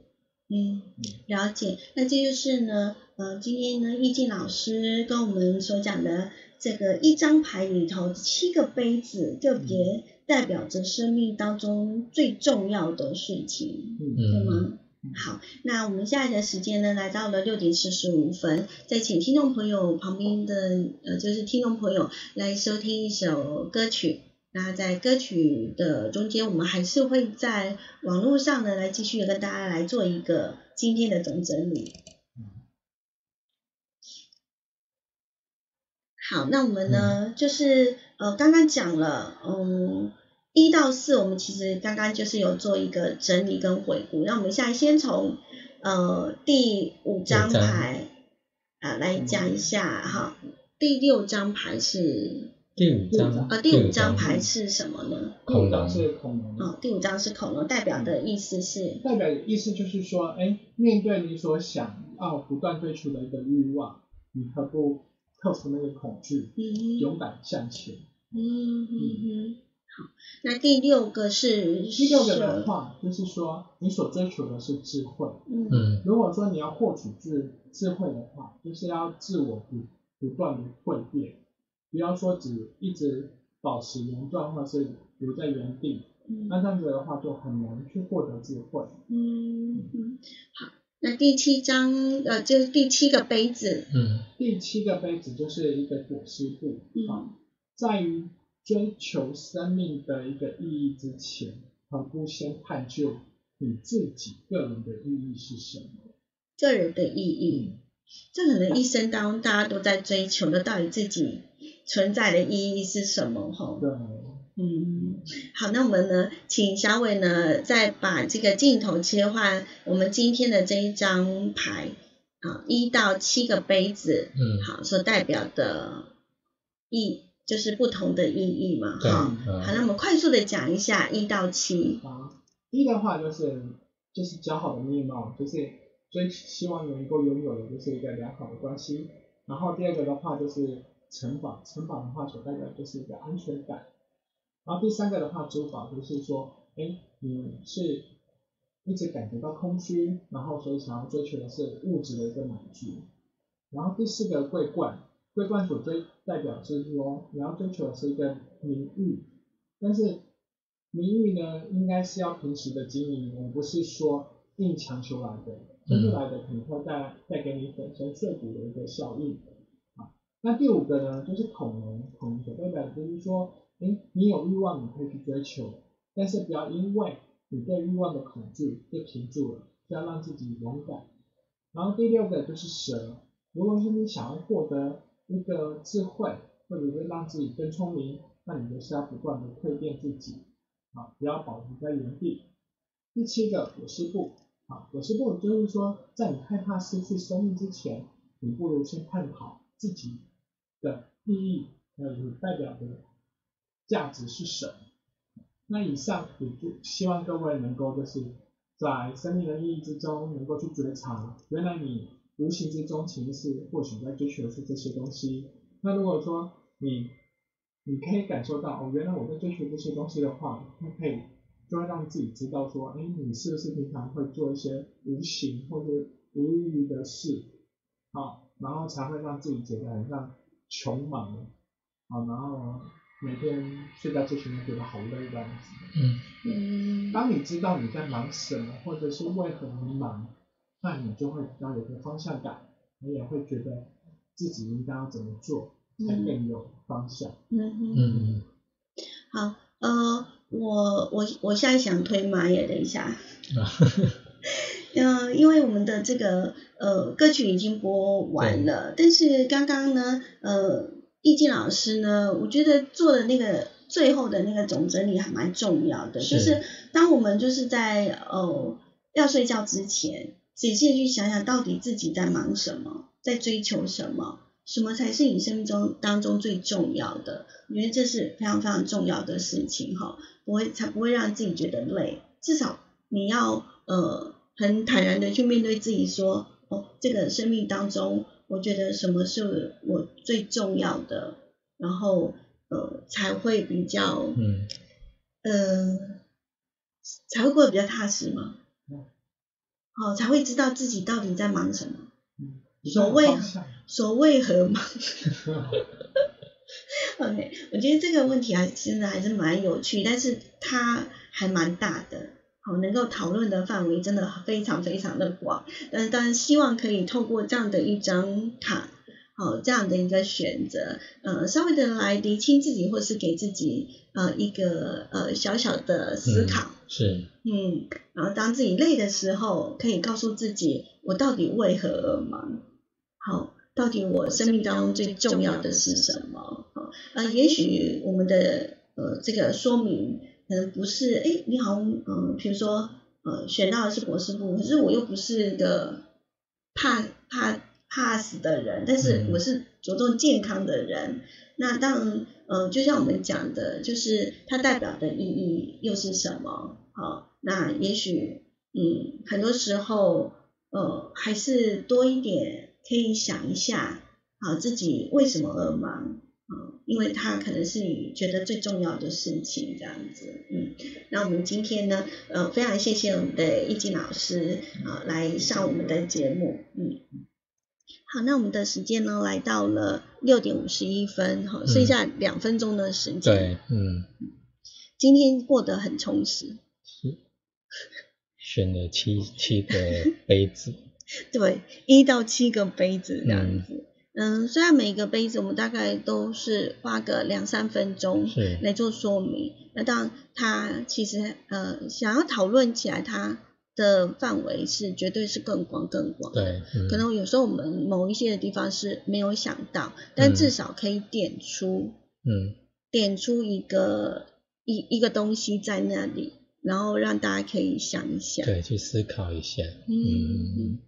嗯，了解。那这就是呢，呃，今天呢，易静老师跟我们所讲的这个一张牌里头七个杯子，特别代表着生命当中最重要的事情，
嗯，
对
嗯
吗？好，那我们下一的时间呢，来到了六点四十五分，再请听众朋友旁边的呃，就是听众朋友来收听一首歌曲。那在歌曲的中间，我们还是会在网络上呢来继续跟大家来做一个今天的总整理。好，那我们呢，就是呃刚刚讲了，嗯，一到四我们其实刚刚就是有做一个整理跟回顾，那我们现在先从呃第五张
五张
牌啊、来讲一下哈，第六张牌是
第五张，
呃第五张牌是什么呢？
恐龙
是恐龙，
哦，第五张是恐龙，代表的意思是
代表的意思就是说，哎，面对你所想要不断追求的一个欲望，你何不克服那个恐惧，
嗯
勇敢向前？
嗯嗯嗯，好，那第六个是
第六个的话，就是说你所追求的是智慧。
嗯
嗯
如果说你要获取智智慧的话，就是要自我不不断的蜕变，不要说只一直保持原状或是留在原地，
嗯
那这样子的话就很难去获得智慧。
嗯嗯，好，那第七张呃就是第七个杯子，
嗯
第七个杯子就是一个果实部，
嗯
啊，在于追求生命的一个意义之前，何不先探究你自己个人的意义是什么？
个人的意义，这可能一生当中大家都在追求的，到底自己存在的意义是什么？哈，
对，
嗯，好，那我们呢，请小伟呢再把这个镜头切换我们今天的这一张牌啊，一到七个杯子，
嗯，
好，所代表的意就是不同的意义嘛，
对，
哈。好，
嗯
那我们快速的讲一下一到七，
啊，第一的话就是就是姣好的面貌，就是追希望能够拥有的就是一个良好的关系。然后第二个的话就是城堡，城堡的话所代表就是一个安全感。然后第三个的话，珠宝就是说，哎，你是一直感觉到空虚，然后所以想要追求的是物质的一个满足。然后第四个桂冠，桂冠所追代表是说你要追求的是一个名誉，但是名誉呢，应该是要平时的经营，而不是说硬强求来的，争求来的可能会带带给你粉身碎骨的一个效应。啊，那第五个呢，就是恐龙，恐龙所代表的就是说，哎，你有欲望，你可以去追求，但是不要因为你对欲望的恐惧就停住了，要让自己勇敢。然后第六个就是蛇，如果是你想要获得一个智慧，或者是让自己更聪明，那你就是要不断的蜕变自己，啊，不要保持在原地。第七个我是不，啊，我是不就是说，在你害怕失去生命之前，你不如先探讨自己的意义，还有你代表的价值是什么。那以上也就希望各位能够就是在生命的意义之中，能够去觉察，原来你无形之中其实是或许在追求的是这些东西。那如果说你你可以感受到哦，原来我在追求这些东西的话，那可以就会让自己知道说，哎，你是不是平常会做一些无形或者无意义的事，好，然后才会让自己觉得很像穷忙，好，然后每天睡觉之前都觉得好累这样子。
嗯
嗯
当你知道你在忙什么，或者是为何你忙，那你就会比较有一个方向感，你也会觉得自己应该要怎么做才更有方向。
嗯哼，
嗯
好，呃，我我我现在想推马耶，等一下，
嗯，啊
呃，因为我们的这个呃歌曲已经播完了，但是刚刚呢，呃，易静老师呢，我觉得做的那个最后的那个总整理还蛮重要的，
是
就是当我们就是在呃要睡觉之前，仔细地去想想到底自己在忙什么，在追求什么。什么才是你生命中当中最重要的？我觉得这是非常非常重要的事情哈，不会才不会让自己觉得累。至少你要呃很坦然的去面对自己说，哦，这个生命当中，我觉得什么是我最重要的，然后呃才会比较
嗯
呃才会过得比较踏实嘛
嗯，
哦才会知道自己到底在忙什么。
嗯，
所谓
方向。
所谓何忙？OK，我觉得这个问题还真的还是蛮有趣，但是它还蛮大的，好，能够讨论的范围真的非常非常的广。但但希望可以透过这样的一张卡，哦这样的一个选择，呃，稍微的来厘清自己，或是给自己呃一个呃小小的思考。
是，
嗯，然后当自己累的时候，可以告诉自己，我到底为何而忙？好，到底我生命当中最重要的是什么？好，呃，也许我们的呃这个说明可能不是，哎，你好像，嗯、比如说，呃，选到的是博士部，可是我又不是个怕怕怕死的人，但是
嗯
我是着重健康的人。那当然，呃，就像我们讲的，就是它代表的意义又是什么？好，那也许，嗯，很多时候，呃，还是多一点可以想一下，啊，自己为什么而忙？嗯，因为它可能是你觉得最重要的事情，这样子。嗯，那我们今天呢，呃，非常谢谢我们的易静老师啊、来上我们的节目。嗯，好，那我们的时间呢，来到了六点五十一分，好、剩下两分钟的时间。
对，嗯，
今天过得很充实。
选了七七个杯子，
对，一到七个杯子这样子。嗯虽然每个杯子我们大概都是花个两三分钟
是
来做说明，那当然它其实呃想要讨论起来，它的范围是绝对是更广更广。
对，嗯
可能有时候我们某一些的地方是没有想到，但至少可以点出、
嗯
点出一个一一个东西在那里，然后让大家可以想一想。
对，去思考一下，
嗯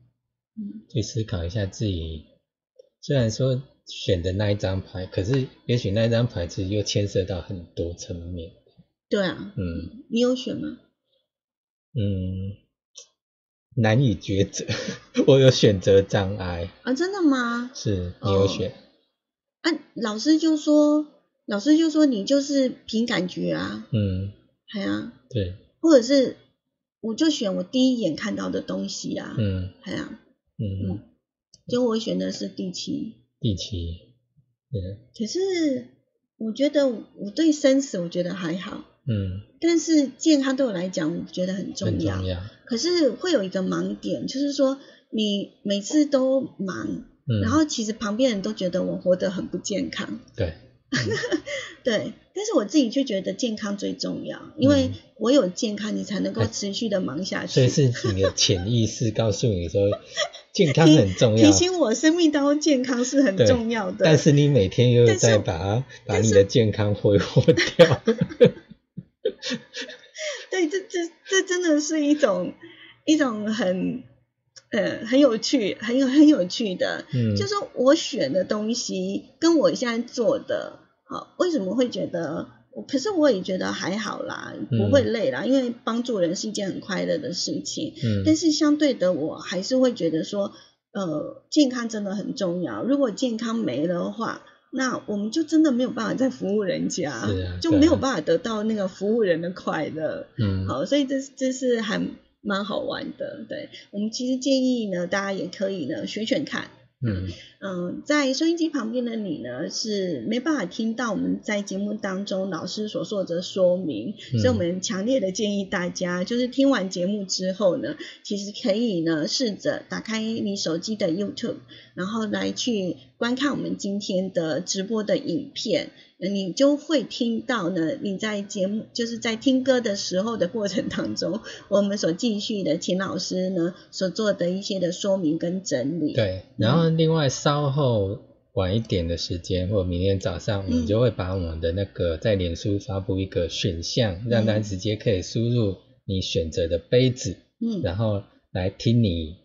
嗯，去思考一下自己。虽然说选的那一张牌，可是也许那一张牌其实又牵涉到很多层面。
对啊，
嗯
你有选吗？
嗯，难以抉择， 我有选择障碍。
啊，真的吗？
是你
哦
有选，
啊，老师就说，老师就说你就是凭感觉啊，
嗯，
哎呀、啊，
对，
或者是我就选我第一眼看到的东西啊，
嗯
哎呀、啊，
嗯，
结果我选的是第七，
第七，嗯
可是我觉得我对生死我觉得还好，
嗯，
但是健康对我来讲我觉得很
很
重要，
重要，
可是会有一个盲点，就是说你每次都忙，
嗯，
然后其实旁边人都觉得我活得很不健康。
对，
对，但是我自己却觉得健康最重要，因为
嗯
我有健康，你才能够
哎
持续的忙下
所以
去。
是你的潜意识告诉你 说，健康很重要
提，醒我，生命当中健康是很
对
重要的。
但是你每天又
但是
在
我
把它把
但
你
是
的健康挥霍 掉，
对，这这这真的是一种一种很呃很有趣、很有很有趣的，
嗯，
就是我选的东西跟我现在做的，好、为什么会觉得？可是我也觉得还好啦，不会
嗯
累啦，因为帮助人是一件很快乐的事情。
嗯，
但是相对的，我还是会觉得说，呃，健康真的很重要。如果健康没了的话，那我们就真的没有办法再服务人家，
是啊
就
对啊
没有办法得到那个服务人的快乐。
嗯，
好，所以这是这是还蛮好玩的。对我们其实建议呢，大家也可以呢选选看。
嗯，
嗯，在收音机旁边的你呢，是没办法听到我们在节目当中老师所做的说明，
嗯
所以我们强烈的建议大家，就是听完节目之后呢，其实可以呢试着打开你手机的 YouTube，然后来去观看我们今天的直播的影片。呃你就会听到呢，你在节目就是在听歌的时候的过程当中，我们所继续的秦老师呢所做的一些的说明跟整理。
对。然后另外稍后晚一点的时间，或明天早上，我们
嗯
就会把我们的那个在脸书发布一个选项，让大家直接可以输入你选择的杯子，
嗯，
然后来听你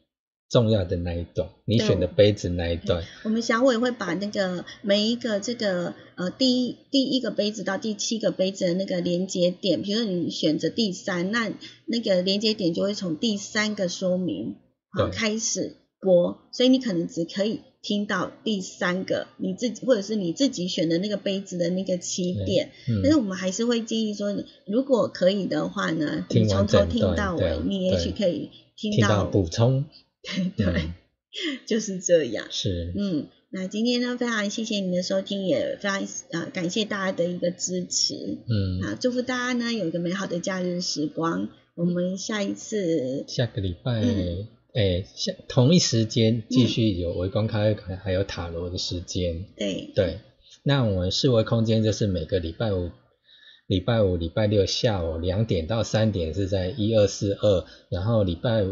重要的那一段，你
对
选的杯子那一 段，
我们小伟会把那个每一个这个呃第一第一个杯子到第七个杯子的那个连接点，比如说你选择第三，那那个连接点就会从第三个说明好
对
开始播，所以你可能只可以听到第三个你自己或者是你自己选的那个杯子的那个起
对
点，但
嗯，
是我们还是会建议说，如果可以的话呢，你
听
从
完
头
整
听
段
到
对
尾，你也许
对
可以听
听到
到
补充，
对
嗯，
就是这样。
是，
嗯，那今天呢，非常谢谢你的收听，也非常呃感谢大家的一个支持。
嗯，
啊，祝福大家呢有一个美好的假日时光。我们下一次
下个礼拜
嗯
哎，像同一时间继续有微观开会，还有塔罗的时间。
对，
对，那我们四维空间就是每个礼拜五、礼拜五、礼拜六下午两点到三点是在一二四二，然后礼拜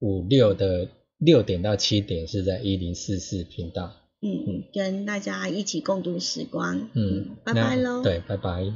五六的六点到七点是在一零四四频道。
嗯，跟大家一起共度时光。
嗯，
拜
那
拜喽。
对，拜拜。